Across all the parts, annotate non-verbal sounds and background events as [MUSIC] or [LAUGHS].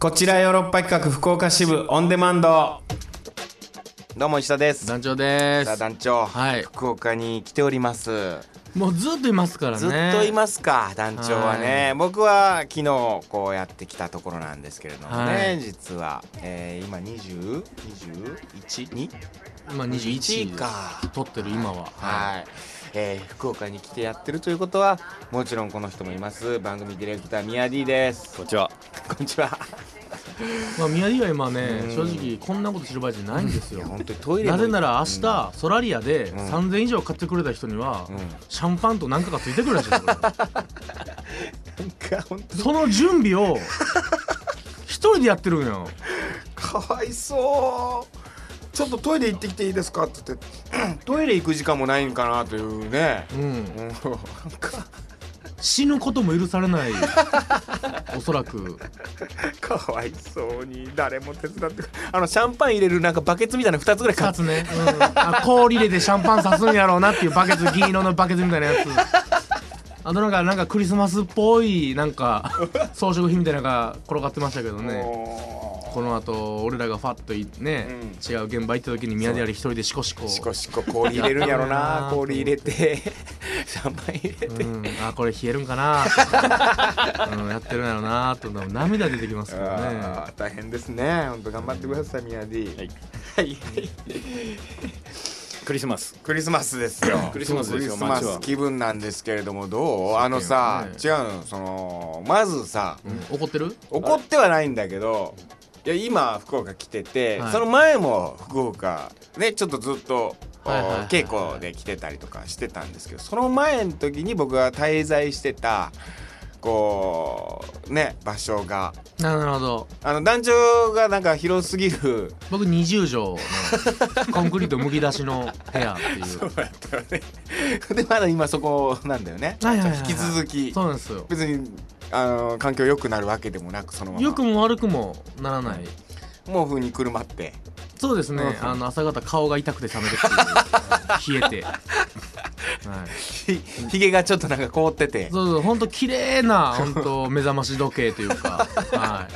こちらヨーロッパ企画福岡支部オンデマンドどうも石田です団長でさあす団長、はい福岡に来ておりますもうずっといますからずねっといますか団長はね、僕は昨日こうやってきたところなんですけれどもね、はい実は、えー、今2021今21 21か撮ってる今ははい、えー福岡に来てやってるということはもちろんこの人もいます番組ディレクター宮 D ですこんにちはこんにち [LAUGHS] はいまあ宮城は今ねうん正直こんなこと知る場合じゃないんですいよや本当にトイレなもぜなら明日ソラリアで3000以上買ってくれた人にはうん、なんシャンパンと何かがついてくるらしいですよ [LAUGHS] か [LAUGHS] 本当にその準備を一人でやってるんよかわいそうちょっとトイレ行ってきていいですかって言ってうんトイレ行く時間もないんかなというね、うんうん、 [LAUGHS] なんか死ぬことも許さ [LAUGHS] れないおそらくかわいそうに誰も手伝ってくあのシャンパン入れるなんかバケツみたいな2つぐらい買かっつね、うんあ氷入れてシャンパン刺すんやろうなっていうバケツ銀色のバケツみたいなやつあとなんかなんかクリスマスっぽいな [LAUGHS] んか装飾品みたいなのが転がってましたけどねもこのあと俺らがファッといね、違う現場行った時に宮であり一人でシコシコうシコシコ氷入れるんやろ [LAUGHS] な氷入れてシャンパン入れて、うん、あこれ冷えるんかな、うん、やってるんやろうなと涙出てきますけどねあー大変ですね本当頑張ってください宮 D はいはいクリスマス [LAUGHS] クリスマスですよクリスマスですよ [LAUGHS] クリスマ街スは気分なんですけれどもどうあのさ、違うのそのまずさ、うん怒ってる怒ってはないんだけどいや今福岡来てて、はいその前も福岡ねちょっとずっと、はいはいはいはいお稽古で来てたりとかしてたんですけどその前の時に僕が滞在してたこうね場所がなるほどあの団長がなんか広すぎ [LAUGHS] る僕20畳のコンクリートむき出しの部屋ってい [LAUGHS] うそうやったよねでまだ今そこなんだよね、はいはいはいはいじゃあ引きそう続きなんですよ別にあの環境良くなるわけでもなくそのま良くまも悪くもならない毛布にくるまってそうですねうんうんあの朝方顔が痛くて冷めてくる冷え [LAUGHS] てはいひひげがちょっとなんか凍っててそうそう本当綺麗な本当目覚まし時計というかは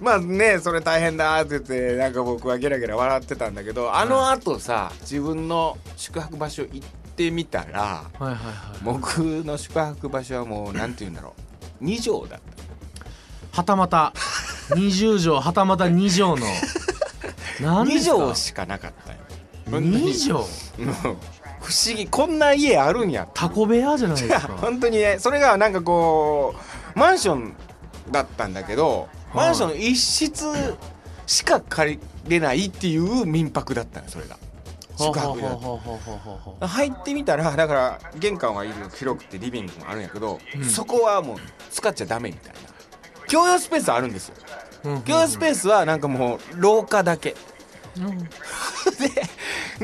いまあねそれ大変だって言ってなんか僕はゲラゲラ笑ってたんだけどあのあとさ自分の宿泊場所行ってみたらはいはいはい僕の宿泊場所はもうなんて言うんだろう2畳だったはたまた20畳はたまた2畳の何で2すか畳しかなかったよ2畳うん不思議こんな家あるんやタコ部屋じゃないですか [LAUGHS] 本当にねそれがなんかこうマンションだったんだけどはいマンションの一室しか借りれないっていう民泊だったのそれが宿泊じゃなくてほうほうほうほうほうほう入ってみたらだから玄関は広くてリビングもあるんやけど、うんそこはもう使っちゃダメみたいな共用スペースあるんですようんうんうん共用スペースはなんかもう廊下だけ [LAUGHS] うんで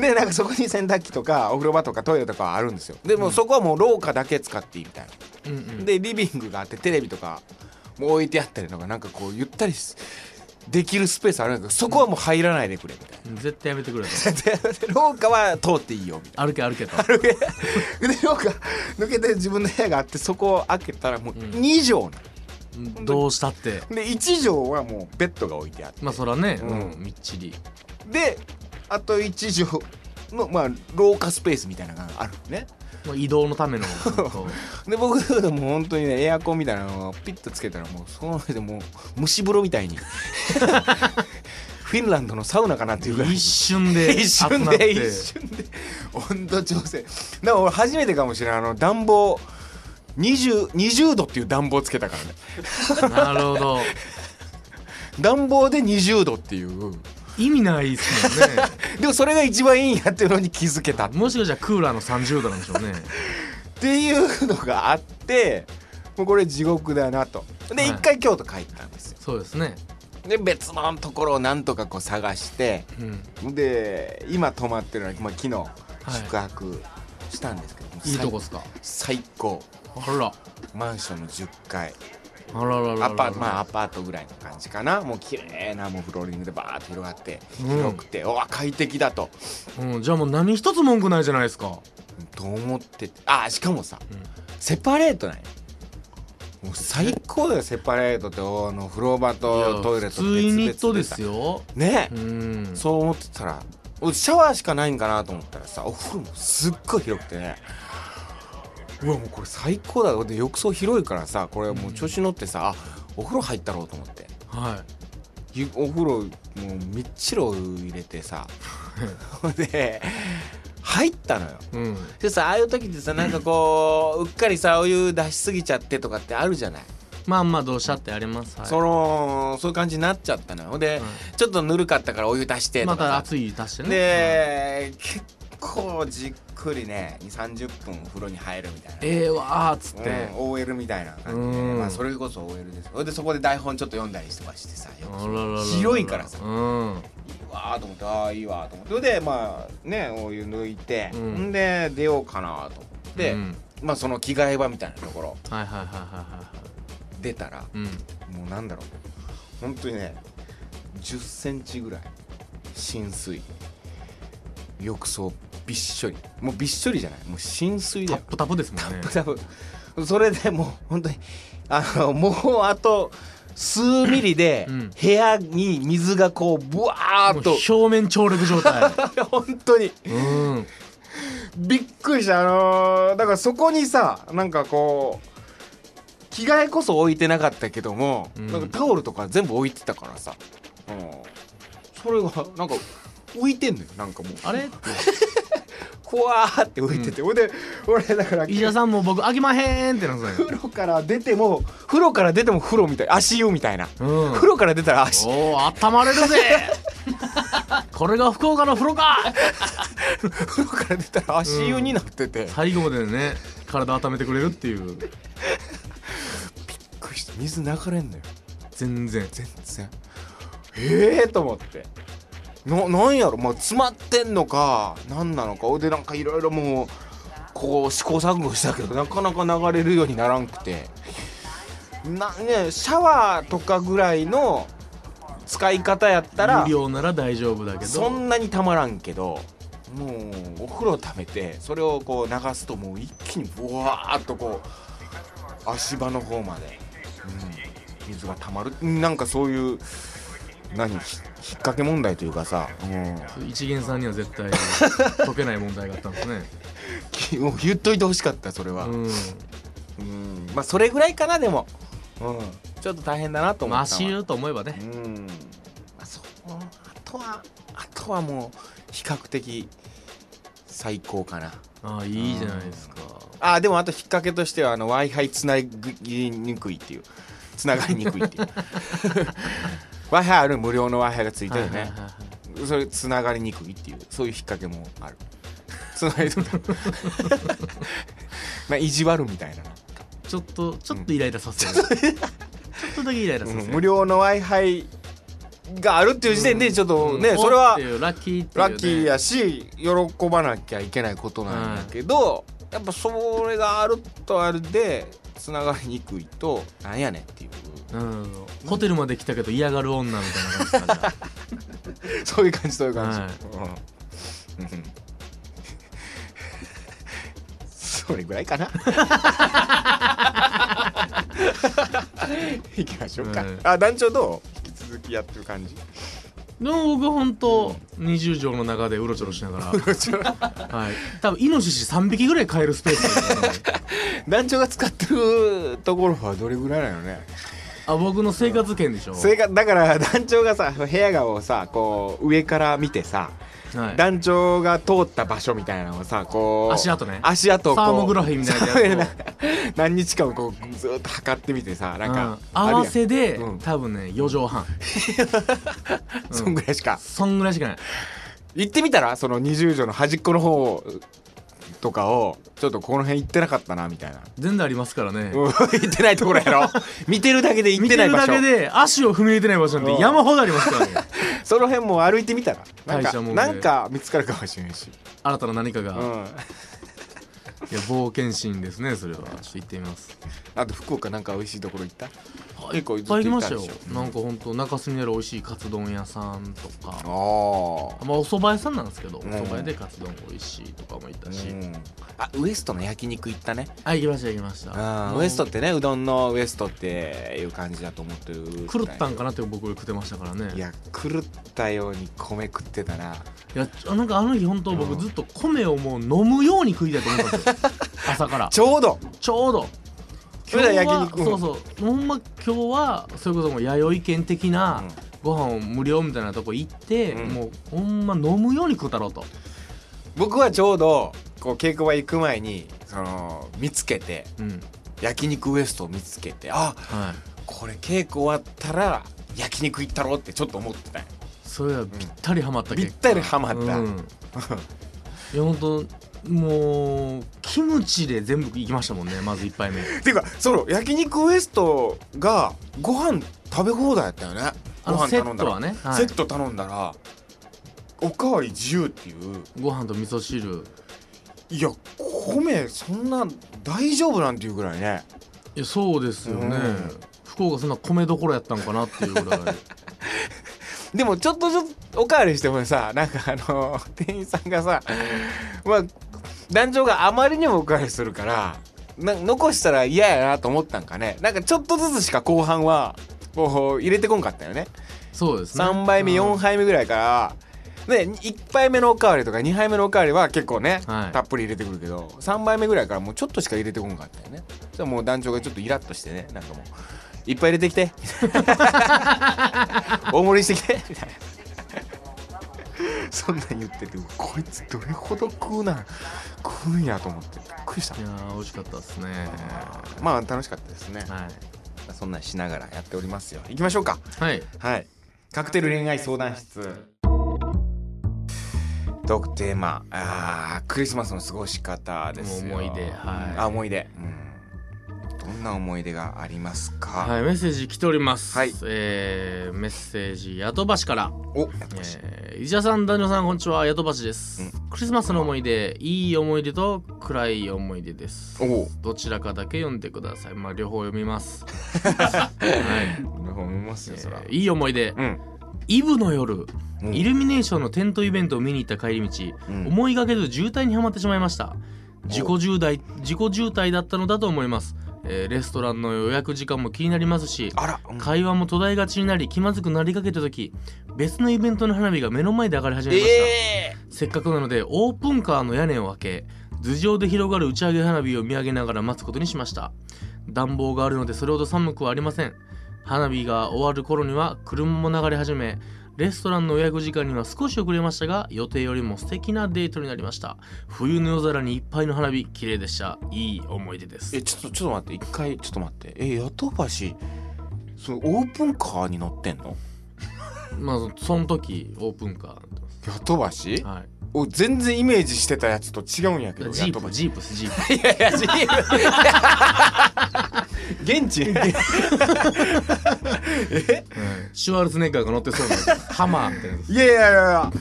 でなんかそこに洗濯機とかお風呂場とかトイレとかあるんですよでもうそこはもう廊下だけ使っていいみたいな、うんうんでリビングがあってテレビとかも置いてあったりとかなんかこうゆったりしできるスペースあるんだけどそこはもう入らない [LAUGHS] でくれみたい絶対やめてくれとなで廊下は通っていいよみたいな歩け歩けと [LAUGHS] で廊下抜けて自分の部屋があってそこを開けたらもう2畳なうんどうしたってので1畳はもうベッドが置いてあってまあそらね、うんうん、みっちりであと1畳のまあ廊下スペースみたいなのがあるのねもう移動のための本で僕もう本当にねエアコンみたいなのをピッとつけたらもうその上でもう蒸し風呂みたい [LAUGHS] にフィンランドのサウナかなっていうぐ当らい一瞬で一集瞬まってで一瞬で温度調整なんか俺初めてかもしれないあの暖房 20, 20度っていう暖房つけたからねなるほど暖房で20度っていう意味ないっすもんねでもそれが一番いいんやっていうのに気づけたっ [LAUGHS] もしかしたらクーラーの30度なんでしょうねていうのがあってもうこれ地獄だなとではい一回京都帰ったんですよそうですねで別のところをなんとかこう探してうんで今泊まってるのは、まあ、昨日い宿泊したんですけど、いいとこっすか最最高あらマンションの10階あらららららアパ,、まあ、アパートぐらいの感じかなもう綺麗なもうフローリングでバーッと広がってうん広くて、おわ快適だとうん、じゃあもう何一つ文句ないじゃないですかと思っててあしかもさセパレートなんやもう最高だよセパレートとあの風呂場とトイレと普通ユニットですよよねう、んそう思ってたら俺シャワーしかないんかなと思ったらさお風呂もすっごい広くてねうわもうこれ最高だで浴槽広いからさこれもう調子乗ってさ、あお風呂入ったろうと思ってはゆお風呂もうみっちりお湯入れて [LAUGHS] さほんで入ったのよいうんでさああいう時ってさなんかこ [LAUGHS] ううっかりさお湯出しすぎちゃってとかってあるじゃない、まあまあどうしたってありますはいそのそういう感じになっちゃったのよほんで、ちょっとぬるかったからお湯出してとかまさた熱い足してねで、結構じっくりね2 3 0分お風呂に入るみたいな。ええわーっつっうんて、 OL みたいな感じで、うんまあ、それこそ OL ですそれでそこで台本ちょっと読んだりとかしてさあらららら広いからさうんいいわーと思ってああいいわーと思ってそれでまあねお湯抜いて、うんん、で出ようかなと思って、うんまあその着替え場みたいなところはいはいはいはいはい出たらうんもうなんだろう本当にね1 0ンチぐらい浸水浴槽びっしょりもうびっしょりじゃないもう浸水タだッよプタップですもんね多分それでもう本当にあのもうあと数ミリでうん部屋に水がこうブワーもっうと、表面張力状 [LAUGHS] 態 [LAUGHS] 本当にうんびっくりしたあのーだからそこにさなんかこう着替えこそ置いてなかったけども、うんなんかタオルとか全部置いてたからさ、うん、それがなんか浮いてんのよなんかもうあれこわーって浮いてて、ほんで俺だから飯田さんも僕あげまへんってなったんですよ風呂から出ても風呂から出ても風呂みたい足湯みたいな、うん風呂から出たら足 [LAUGHS] おお温まれるぜ [LAUGHS] これが福岡の風呂か風呂から出たら足湯になってて、びっ最後までね体温めてくれるっていうくりした水流れんのよ全然全然ええー、と思ってななんやろまあ詰まってんのかなんなのかでなんかいろいろもうこう試行錯誤したけどなかなか流れるようにならんくてなねシャワーとかぐらいの使い方やったら無料なら大丈夫だけどそんなにたまらんけどもうお風呂ためてそれをこう流すともう一気にブワーっとこう足場の方まで、うん、水がたまるなんかそういう何ひ引っ掛け問題というかさ、う一元さんには絶 [LAUGHS] 対解けない問題があったんですねん、もう言っといてほしかったそれは、うんうまあそれぐらいかなでも、うん、ちょっと大変だなとん思まあった足わ湯と思えばねうんあそうあとはあとはもう比較的最高かなああいいじゃないですかあーでもあと引っ掛けとしてはあの w i f i つなぎにくいっていうつながりにくいっ [LAUGHS] ていう w i f i ある無料の w i f i がついてるね、はいはいはいはいそれつながりにくいっていうそういう引っ掛けもあるつなが [LAUGHS] りとかまあ意地悪みたいな、ちょっとちょっとイライラさせる、ちょっとだけイライラさうんせる、無料の w i f i があるっていう時点でちょっとね、うんそれはおーっていうラッキーっていうラねッキーやし喜ばなきゃいけないことなんだけど、やっぱそれがあるとあるでつながりにくいとなんやねんって [LAUGHS] いうなるほどホテルまで来たけど嫌がる女みたいな [LAUGHS] 感じかそういう感じそういう感じ、はいうんうんそれぐらいか [LAUGHS] ないきましょうか、はいあ団長どう引き続きやってる感 [LAUGHS] じらでも僕ほんと20畳の中でうろちょろしな [LAUGHS] がら、はい、多分イノシシ3匹ぐらい飼えるスペースだと思う [LAUGHS] 団長が使ってるところはどれぐらいなのねあ僕の生活圏でしょ、それがだから [LAUGHS] 団長がさ部屋がをさこう上から見てさ、はい、団長が通った場所みたいなのをさこう足跡ね足跡をこうサーモグラフィーみたいなやつをそううな [LAUGHS] 何日間もこうずっと測ってみてさなんうかん、あるやん合わせで、うん多分ね4畳半そんぐらいしかそんぐらいしかない行ってみたらその20畳の端っこの方とかをちょっとこの辺行ってなかったなみたいな全然ありますからね、うん [LAUGHS] 行ってないところやろ [LAUGHS] 見てるだけで行っ見ててないる場だ所けで足を踏み入れてない場所なんうんて山ほどありますからね [LAUGHS] その辺も歩いてみたらなん大しかたもんでなんか見つかるかもしれんし新たな何かが、うんいや冒険心ですねそれはちょっと行ってみますあと福岡なんか美味しいところ行ったい結構っぱい行きましたよずっと行ったでしょなんかほんと中洲にある美味しいカツ丼屋さんとかああまあお蕎麦屋さんなんですけどんお蕎麦屋でカツ丼美味しいとかも行ったし、うん、あウエストの焼肉行ったねあ行きました行きましたあもうウエストってねうどんのウエストっていう感じだと思ってるぐ狂らいったんかなって僕食ってましたからねいや狂ったように米食ってたないやちょなんかあの日本当う僕んずっと米をもう飲むように食いたいと思ったんですよ朝からちょうどちょうど今日は焼今肉日はそうそうほんま今日はそれこそもう弥生県的うなんご飯を無料みたいなとこ行って、うんもうほんま飲むように食うたろうと僕はちょうどこう稽古場行く前にその見つけてうん焼肉ウエストを見つけてあはいこれ稽古終わったら焼肉行ったろうってちょっと思ってたよそれはぴったりハマったぴ結っ果たりハマった、 [LAUGHS] うん、いや本当もうキムチで全部いきましたもんねまず一杯目ていうかその焼肉ウエストがご飯食べ放題やったよねあごの飯セ頼ッんだトらはね、はセいッ、ト頼んだらおかわり自由っていうご飯と味噌汁いや米そんな大丈夫なんていうぐらいねいやそうですよね、うん福岡そんな米どころやったんかなってい [LAUGHS] うぐらいでもちょっとずつおかわりしてもさなんかあの [LAUGHS] 店員さんがさまあ団長があまりにもおかわりするからな残したら嫌やなと思ったんかねなんかちょっとずつしか後半はこう入れてこんかったよねそうですね3杯目4杯杯目ぐらいから、ね、1杯目のおかわりとか2杯目のおかわりは結構ね、はいたっぷり入れてくるけど3杯目ぐらいからもうちょっとしか入れてこんかったよねそしたらもう団長がちょっとイラッとしてねなんかもういっぱい入れてき [LAUGHS] て大盛りしてきてみたいなそんなん言っててこいつどれほど食うなん食うんやと思ってびっくりしたいやー美味しかったですねまあ楽しかったですねはそんなんしながらやっておりますよ行きましょうかい、はい、はい。カクテル恋愛相談室。トークテーマ、あークリスマスの過ごし方ですよ。思い出はいあ、思い出。うん。どんな思い出がありますか。はい、メッセージ来ております、はいえーメッセージヤトバシからお、えー、石田さん、男女さん、こんにちは、ヤトバシです、クリスマスの思い出、いい思い出と暗い思い出です。おうどちらかだけ読んでください。まあ、両方読みます。思いますよ、そらえー。いい思い出、うん。イブの夜、うんイルミネーションのテントイベントを見に行った帰り道、うん思いがけず渋滞にはまってしまいました。自己渋滞、自己渋滞だったのだと思います。えーレストランの予約時間も気になりますし、あら、うん会話も途絶えがちになり気まずくなりかけた時別のイベントの花火が目の前で上がり始めました、えせっかくなのでオープンカーの屋根を開け頭上で広がる打ち上げ花火を見上げながら待つことにしました暖房があるのでそれほど寒くはありません花火が終わる頃には車も流れ始めレストランの予約時間には少し遅れましたが予定よりも素敵なデートになりました冬の夜空にいっぱいの花火綺麗でしたいい思い出ですーえ、ちょっと、ちょっと待って、一回、ちょっと待って。え、ヤトバシ、そのオープンカーに乗ってんのまあその時オープンカーなんですヤトバシはいお、全然イメージしてたやつと違うんやけど、ジヤートバプシ。ジープスジーいやいや、自由。現地。プ、シュワルツェネッガーが乗ってそうなやつハマーみたいなやついやいやいやいや。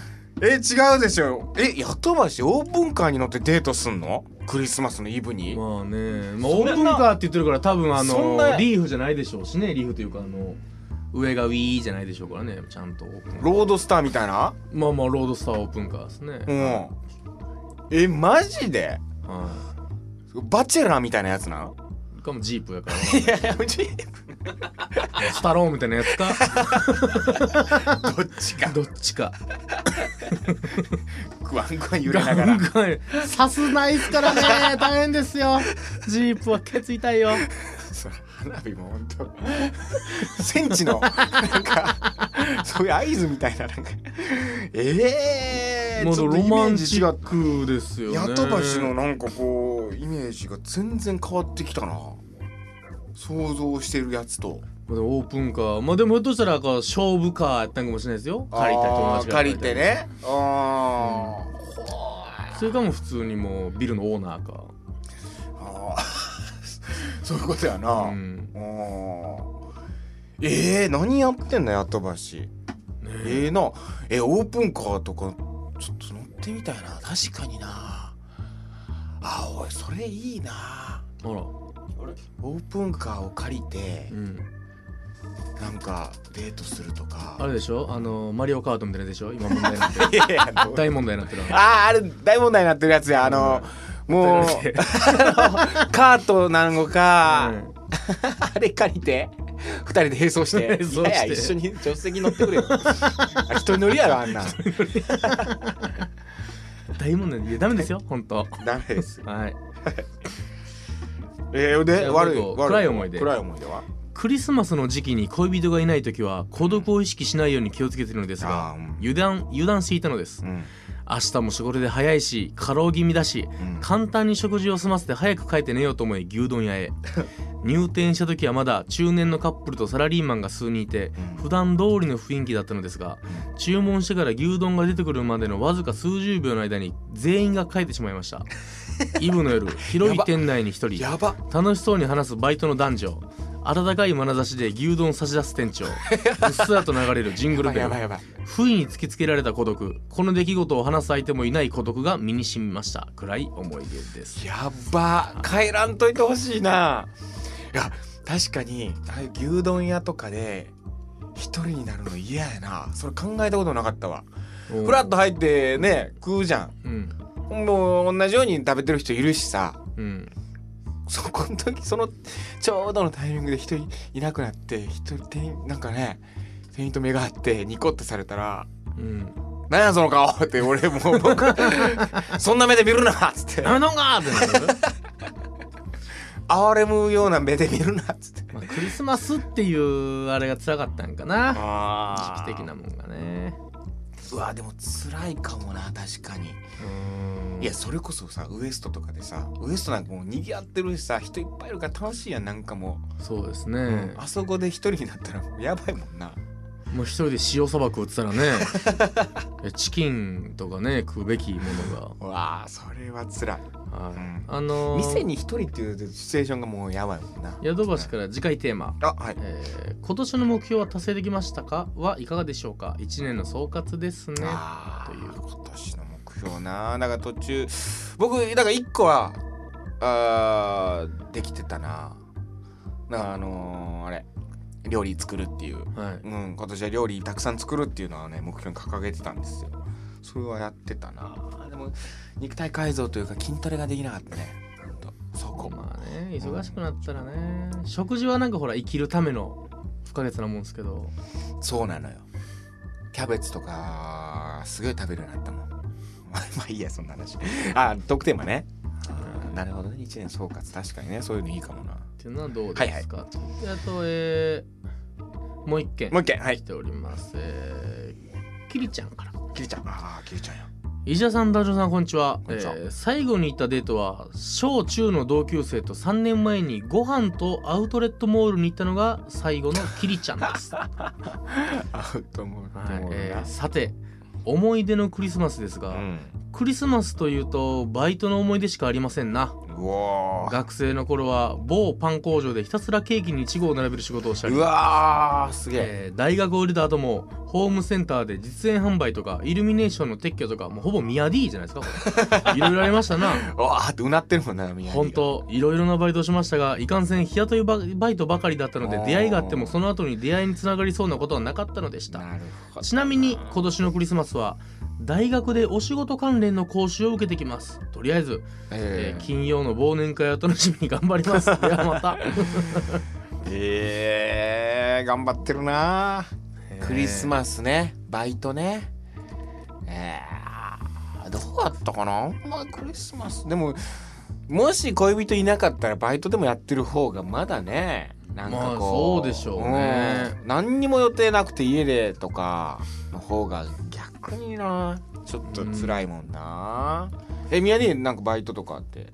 え、違うでしょえ、ヤトバシオープンカーに乗ってデートすんの。クリスマスのイブに。まあね、まあ、オープンカーって言ってるから多分あそんのなリーフじゃないでしょうしねリーフというかあの上がウィーじゃないでしょうからねちゃんとオープンロードスターみたいな。まあまあロードスターオープンカーですね、うん。え、マジで。はバチェラーみたいなやつなの。い、かもジープやからいやいや、うち。なスタローンみたいなやつかどっちか。 [LAUGHS] どっちかクワンクワン揺れながら。ガンガンさすないっすからね大変ですよジープはケツ痛いよそれ花火も本当。 [LAUGHS] センチの。なんか。そういう合図みたいな、なんか。ええー。もうちょっとロイメマーンジチ違っックですよねヤトバシのなんかこうイメージが全然変わってきたな想像してるやつとまあでもオープンカーまあでもひょっとしたらこう勝負カーやったんかもしれないですよ借りた友達が借りてねあそれかもう普通にもうビルのオーナーかー [LAUGHS] あーそういうことやな、うあんーえー、何やってんだヤトバシええなえオープンカーとかちょっと乗ってみたいな確かになあおいそれいいなほらオープンカーを借りてうんなんかデートするとかあれでしょあのマリオカートみたいなやつでしょ今問題になってる [LAUGHS] いやいやどう大問題になってるああああれ大問題になってるやつやあの、もう [LAUGHS] カートなのか、うんあれ借りて2人で並 [LAUGHS] 走して並走していやいや一緒に助手席乗ってくれよあ一人乗りやろあんなん大問題いやダメですよ本当 [LAUGHS] ダメですはいえー、でいや悪いもう一個悪暗い思い出暗い思い出はクリスマスの時期に恋人がいない時は孤独を意識しないように気をつけているのですあがーうん油断油断していたのですうん明日も仕事で早いし過労気味だしうん簡単に食事を済ませて早く帰って寝ようと思い牛丼 [LAUGHS] 屋へ入店した時はまだ中年のカップルとサラリーマンが数人いてうん普段通りの雰囲気だったのですが注文してから牛丼が出てくるまでのわずか数十秒の間に全員が帰ってしまい [LAUGHS] ましたイブの夜広い店内に一人やば楽しそうに話すバイトの男女温かい眼差しで牛丼を差し出す [LAUGHS] 店長うっすらと流れるジングルベルやばいやばい不意に突きつけられた孤独この出来事を話す相手もいない孤独が身に染みました暗い思い [LAUGHS] 出ですやば帰らんといてほしいないや確かにああいう牛丼屋とかで一人になるの嫌やなそれ考えたことなかったわフラッと入ってね食うじゃうんんもう同じように食べてる人いるしさうんそこの時そのちょうどのタイミングで人いいなくなって一人店員なんかね店員と目が合ってニコってされたらうん「何やその顔」って俺もう僕そんな目で見るなっつってやめとんかーってなる、 [LAUGHS] 哀れむような目で見るなっつってまあ、クリスマスっていうあれが辛かったんかなあ時期的なもんがねうわでも辛いかもな確かにうんいやそれこそさウエストとかでさウエストなんかもう賑わってるしさ人いっぱいいるから楽しいやんなんかもそうですう、ね、あそこで一人になったらもうやばいもんなもう一人で塩そば食うってたらね [LAUGHS] いやチキンとかね食うべきものうわーそれは辛いが、はいうんあのー、店に一人っていうシチュエーションがもうやばいもんな宿橋から次回テーマあはいえー今年の目標は達成できましたかはいかがでしょうか1年の総括ですねあとといいうう今年の目標なだから途中僕だから一個はあーできてたなだからあのーあれ料理作るっていうはいうん、今年は料理たくさん作るっていうのはね目標に掲げてたんですよそれはやってたなでも肉体改造というか筋トレができなかったねほんとそこまあね忙しくなったらね食事はなんかほら生きるための不可欠なもんですけどそうなのよキャベツとかすごい食べるようになったもん [LAUGHS] まあいいやそんな話あ特テーマねあーなるほどね1年総括確かにねそういうのいいかもなっていうのはどうですか、であとえーもう一件もう一件は来いておりますえーキリちゃんからキリちゃんああキリちゃんや石田さん、ダジョさん、こんにちは、こんにちはえー最後に行ったデートは、小中の同級生と3年前にご飯とアウトレットモールに行ったのが最後のキリちゃんです。はアウトモールいえーさて、思い出のクリスマスですが、クリスマスというとバイトの思い出しかありませんな。うんうわー学生の頃は某パン工場でひたすらケーキにイチゴを並べる仕事をしたりう、わーすげえ、えー大学を出た後もホームセンターで実演販売とかイルミネーションの撤去とかもうほぼミヤディじゃないですか [LAUGHS] これいろいろありましたな。わーってうなってるもんな宮城本当いろいろなバイトをしましたがいかんせん日雇いババイトばかりだったのであー出会いがあってもその後に出会いにつながりそうなことはなかったのでしたなるほどちなみに今年のクリスマスは大学でお仕事関連の講習を受けてきますとりあえず、ええーー金曜の忘年会を楽しみに頑張 [LAUGHS] りますではまたえー頑張ってるなクリスマスねバイトねえーどうだったかなまあクリスマスでももし恋人いなかったらバイトでもやってる方がまだねなんかこう、まあそうでしょうねうん何にも予定なくて家でとかの方が逆になちょっと辛いもんな、え宮根なんかバイトとかって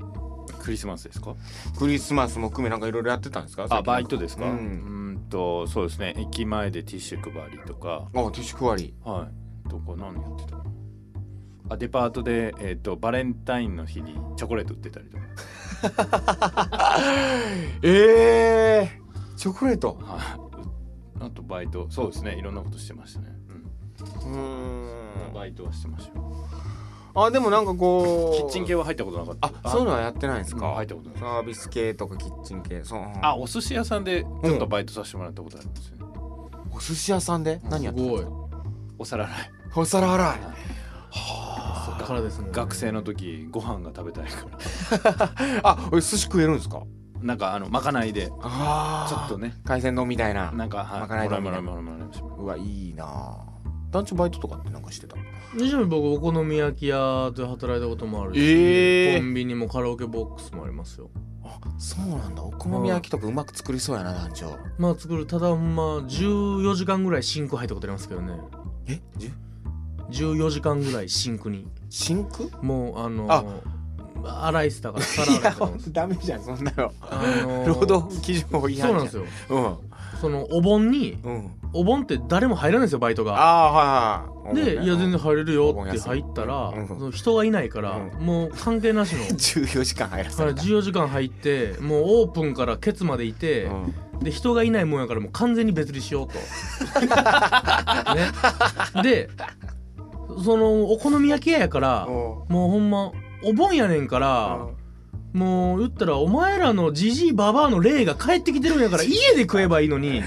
クリスマスですかクリスマスも含めなんかいろいろやってたんですかあバイトですかううんんとそうですね駅前でティッシュ配りとかあティッシュ配りはいとか何やってたのあデパートで、えー、とバレンタインの日にチョコレート売ってたりとかええチョコレートはいあとバイトそうですねいろんなことしてましたね、うーんうん、バイトはしてましたよあでもなんかこうキッチン系は入ったことなかったあそういうのはやってないんですうんか、入ったことないサービス系とかキッチン系そううんあお寿司屋さんでちょっとバイトさせてもらったことありますよね、お寿司屋さんで何やってたんですすかお皿洗いお皿洗いそっからですもんね学生の時ご飯が食べたいから [LAUGHS] あお寿司食えるんですかなんかあのまかないでちょあっーとね海鮮丼みたいななんかはいまかないもらい丼みもたらいいなもらいもらいもらいもらいうわいいなあ団地バイトとかってなんかしてたちなみに僕お好み焼き屋で働いたこともあるし、えーコンビニもカラオケボックスもありますよあそうなんだお好み焼きとかうまく作りそうやな団長まあ作るただほんま14時間ぐらいシンク入ったことありますけどねえじ14時間ぐらいシンクに真空もうあの洗いてたから皿洗いてたんですダメじゃんそんなのあのー労働基準法違そう反なんじですよゃんそのお盆にうんうんお盆って誰も入らないんですよバイトがああーはいはいで、いや全然入れるよお盆って休入みったら、うんその人がいないから、うもう関 [LAUGHS] 係なしの [LAUGHS] 14時間入らあされれた14時間入ってもうオープンからケツまでいて、うんで人がいないもんやからもう完全に別にし [LAUGHS] ようと。ね、でそのお好み焼き屋やから、うもうほんまお盆やねんから、もう言ったらお前らのじじいばばあの霊が帰ってきてるんやから家で食えばいいのに。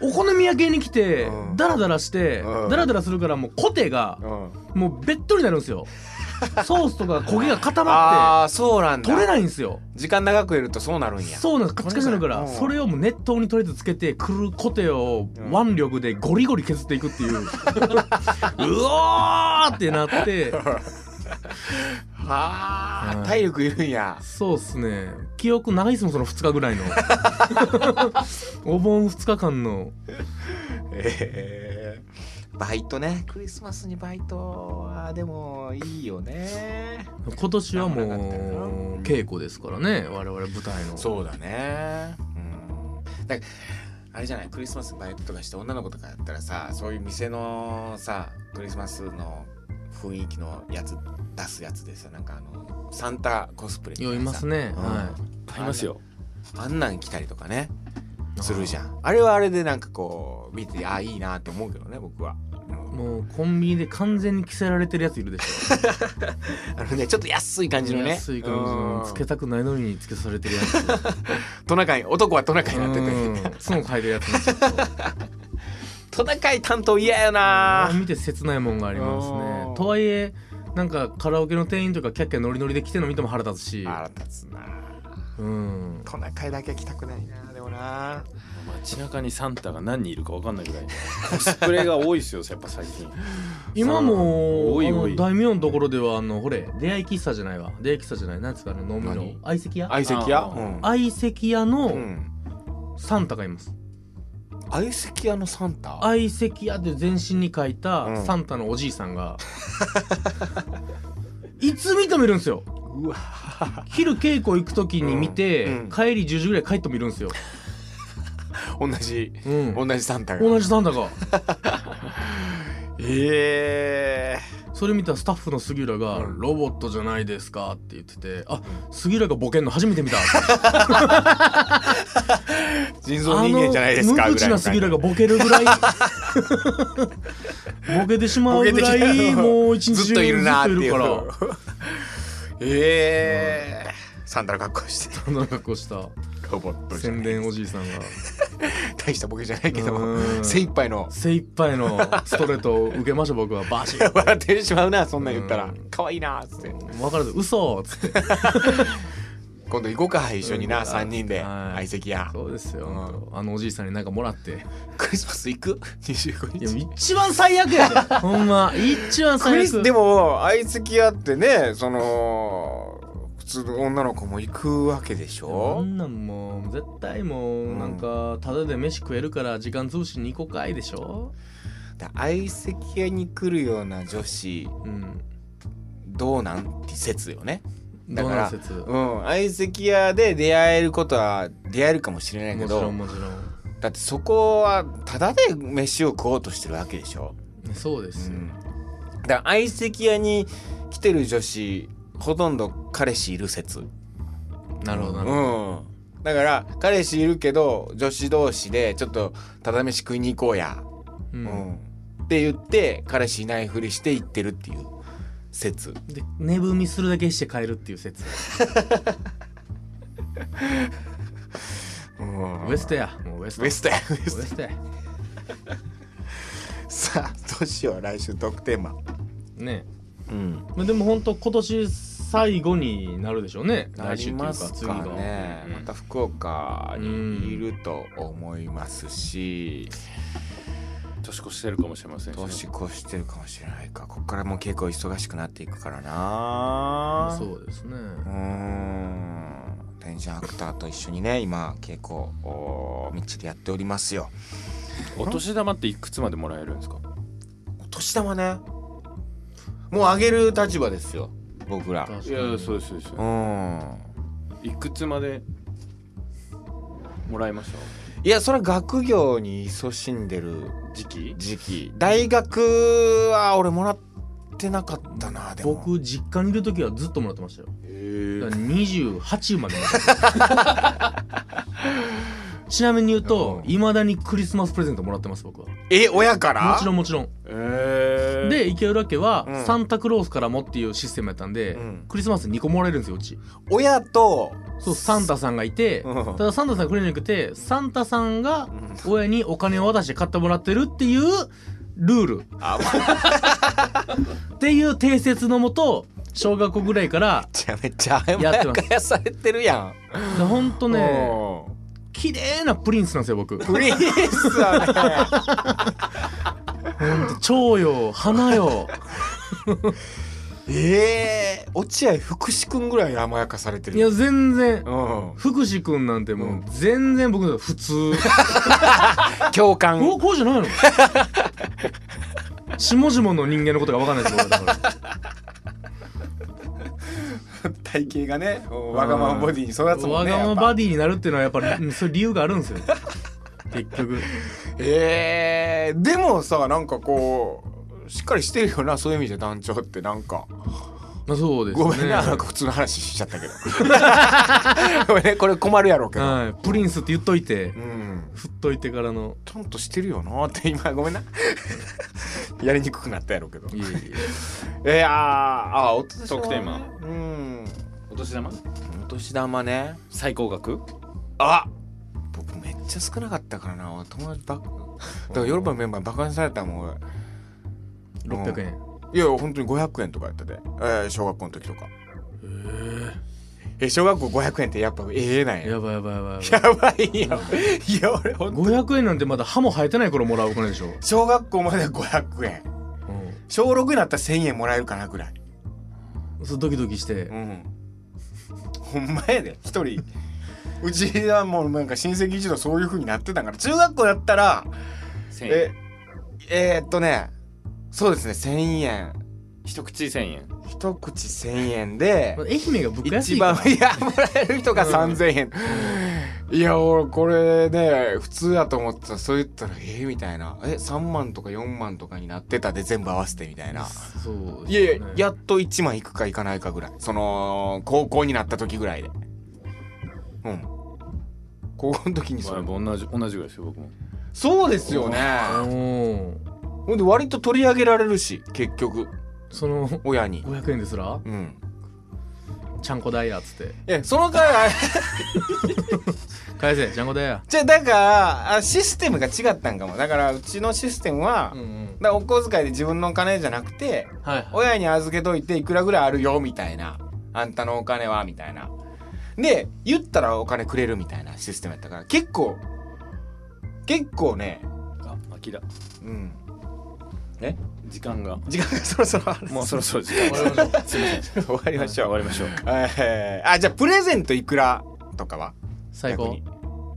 お好み焼きに来てうんダラダラしてうんダラダラするからもうコテがうんうんもうべっとりになる [LAUGHS] んですよソースとか焦げが固まっああそうなんてだ取れないんですよ時間長くいるとそうなるんやそうなんですカチカチになるから取れないうんそれをもう熱湯にとりあえずつけてくるコテをうん腕力でゴリゴリ削っていくっていう [LAUGHS] うおーってなってはうあん体力いるんやそうっすね記憶長いっすもんその2日ぐら [LAUGHS] いのお盆2日間のえーバイトねクリスマスにバイトはでもいいよね今年はも危なかったよなう稽古ですからね我々舞台のそうだねうんだからあれじゃないクリスマスバイトとかして女の子とかやったらさそういう店のさクリスマスの雰囲気のやつ出すやつですよなんかあのサンタコスプレみたよいなさますね、うんは買いますよあんなん来たりとかねいするじゃんあれはあれでなんかこう見てあいいなって思うけどね僕は、うんもうコンビニで完全に着せられてるやついるでしょあのねちょっと安い感じのね安い感じのつけうんたくないのにつけされてるや [LAUGHS] つトナカイ男はトナカイになっててうんいつも買えるやつねちょっとトナカイ担当嫌やな見て切ないもんがありますうねんとはいえなんかカラオケの店員とかキャッキャノリノリで来てるの見ても腹立つし腹立つなうんトナカイだけは来たくないなでもな街中にサンタが何人いるか分かんないぐらいコスプレが多いですよやっぱ最近今もおいあおのい大名のところではあのほれ出会い喫茶じゃないわ出会い喫茶じゃないなんですかね飲みの何相席 [LAUGHS] 屋相席屋あーうん相席屋うのんサンタがいます相席屋のサンタ相席屋で全身に書いたうんサンタのおじいさんが、いつ見てもいるんですようわ昼稽古行く時に見て、うんうん帰り10時ぐらい帰ってもいるんですよ、同じうん、同じサンタが同じサンタがええそれ見たスタッフの杉浦が「うんロボットじゃないですか」って言ってて「あ杉浦がボケんの初 [LAUGHS] めて見た」人あ造の人間じゃないですか無ぐらい口なの感じ杉浦がボケる [LAUGHS] ぐらいボケてしまうぐらボケていしまうもう一日中ずっといるなーってずっといいうるからええサンタの格好してそんな格好したロボットじゃ宣ない伝おじいさんが。大したボケじゃないけどうん精一杯の精一杯のストレートを受けました僕はバシッ笑ってしまうなそんなん言ったうらん可愛いなーっつって分からず嘘っつって今度行こうか一緒にうなん3人ではい相席屋そうですよ、うん本当あのおじいさんになんかもらってクリスマス行く ?25 いや日一番最悪やでほんま一番ク最リ悪スでも相席屋ってねその普通の女の子も行くわけでしあょんなんもう絶対もうなんかただで飯食えるから時間潰しに行こうかいでしょだ相席屋に来るような女子うんどうなんって説よねだどうかならる説もうん相席屋で出会えることは出会えるかもしれないけちろどんもちろだってそこはただで飯を食おうとしてるわけでしょんそうでうすよ、んだから相席屋に来てる女子ほとんど彼氏いる説なるほどなるほど、うんだから彼氏いるけど女子同士でちょっとただ飯食いに行こうや、ううんんって言って彼氏いないふりして行ってるっていう説で寝踏みするだけして帰るっていう説うんウエストやもうウエストウエストやウエウエスストやト [LAUGHS] さあどうしよう来週特ーマねうんまあでも本当今年最後になるでしょうねな来週っりていうまかす次かがねうんまた福岡にいると思いますし年越してるかもしれませんしね、年越してるかもしれないかこっからもう結構忙しくなっていくからなそうですねうーん天津ハクターと一緒にね今稽古をみっちりやっておりますよお年玉っていくつまでもらえるんですかお年玉ねもうあげる立場ですよ僕らい確かにやそうですそうですうんいくつまでもらいましたいやそれは学業に勤しんでる時期時期大学は俺もらってなかったなでも僕実家にいる時はずっともらってましたよえだーから28までもらってます [LAUGHS] ちなみに言うとうんいまだにクリスマスプレゼントもらってます僕はもえ親からちろんもちろんえで池浦家はうんサンタクロースからもっていうシステムやったんで、うんクリスマス2個もらえるんですようち親とそうサンタさんがいて、うんただサンタさんがくれなくてサンタさんがん親にお金を渡して買ってもらってるっていうルールあっていう定説のもと小学校ぐらいからめちゃめちゃあややってかますやされてるやんでほんとねうん綺麗なプリンスなんですよ僕プリンスだね蝶よ花よええ落合福士くんぐらい甘やかされてるいや全然うん福士くんなんてもう全然僕の普通共感こうこうじゃないの下々の人間のことが分かんないです僕はだから体型がねわがままボディに育つもわんねがままやっぱバディになるっていうのはやっぱりうんそういう理由がある [LAUGHS] んですよ結局ええでもさなんかこうしっかりしてるよなそういう意味じゃ団長ってなんかまあそうですねごめんななんか普通の話しちゃったけ [LAUGHS] どごめんねこれ困るやろうけど、はい、プリンスって言っといてうん振っといてからのちゃんとしてるよなって今ごめんな [LAUGHS] やりにくくなったやろうけどいえいいやーあお年トークテーマうんお年玉お年玉ね最高額あ僕めっちゃ少なかったからな友達ば [LAUGHS] っだからヨーロッパのメンバーにバカにされたもん俺え600円いやいや本当に500円とかやったで、えー小学校の時とかえ小学校500円ってやっぱええなんややばいやばいやばいやばいやばいよいや俺ほんと500円なんてまだ歯も生えてない頃もらうお金でしょ、小学校まで500円う小6になったら1000円もらえるかなぐらいん、そうドキドキして、うんほんまやで一 [LAUGHS] 人うちはもうなんか親戚一同そういう風になってたから中学校だったら1000え円えー、っとねそうですね1000円一口1000円一口1000円でまあ愛媛が物価安一いから番いやもらえる人が3000円、いや俺これね普通やと思ってたそう言ったらええみたいなえ3万とか4万とかになってたで全部合わせてみたいなそういですやねいややっと1万いくかいかないかぐらいその高校になった時ぐらいでうん高校の時にそまあれ同じ同じぐらいですよ僕もそうですよねおーほんで割と取り上げられるし結局その親に500円ですらうんちゃんこ代やっつってえその回は返せちゃんこ代や [LAUGHS] じゃあだからあシステムが違ったんかもだからうちのシステムは、うんうだからんお小遣いで自分のお金じゃなくてはいはい親に預けといていくらぐらいあるよみたいなあんたのお金はみたいなで言ったらお金くれるみたいなシステムやったから結構結構ねあ秋だうん時間が時間がそろそろあるもうそろそろ [LAUGHS] 時間終わりましょうすいません終 [LAUGHS] 終わりましょう、わりましょうえーあじゃあプレゼントいくらとかは最逆高に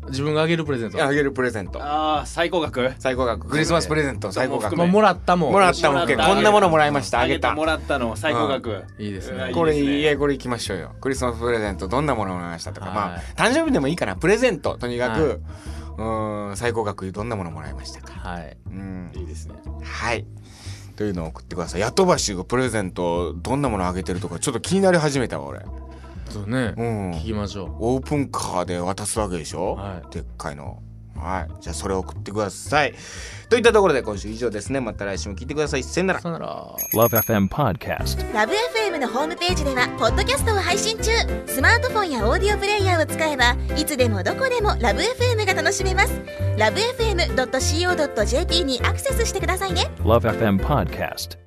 自分があげるプレゼントあげるプレゼントああ最高額最高額クリスマスプレゼント最高額まあ、もらったもんもらったもんもらったこんなものもらいましたあげたもらったの最高額、いいですうわねこれいいいいですねえこれ行きましょうよクリスマスプレゼントどんなものをもらいましたとか、はいまあ誕生日でもいいかなプレゼントとにかく、はいうーん最高額どんなものもらいましたかはいうんいいですねはいというのを送ってくださいヤトバシがプレゼントどんなものあげてるとかちょっと気になり始めたわ俺そうねうん聞きましょオープンカーで渡すわけでしょ、はいでっかいのうはいじゃあそれを送ってくださいといったところで今週以上ですねまた来週も聞いてくださいせんならさよなら Love FM Podcast. ラブ f m のホームページではポッドキャストを配信中スマートフォンやオーディオプレイヤーを使えばいつでもどこでもラブ f m が楽しめますラブ FM.co.jp にアクセスしてくださいね Love FM Podcast.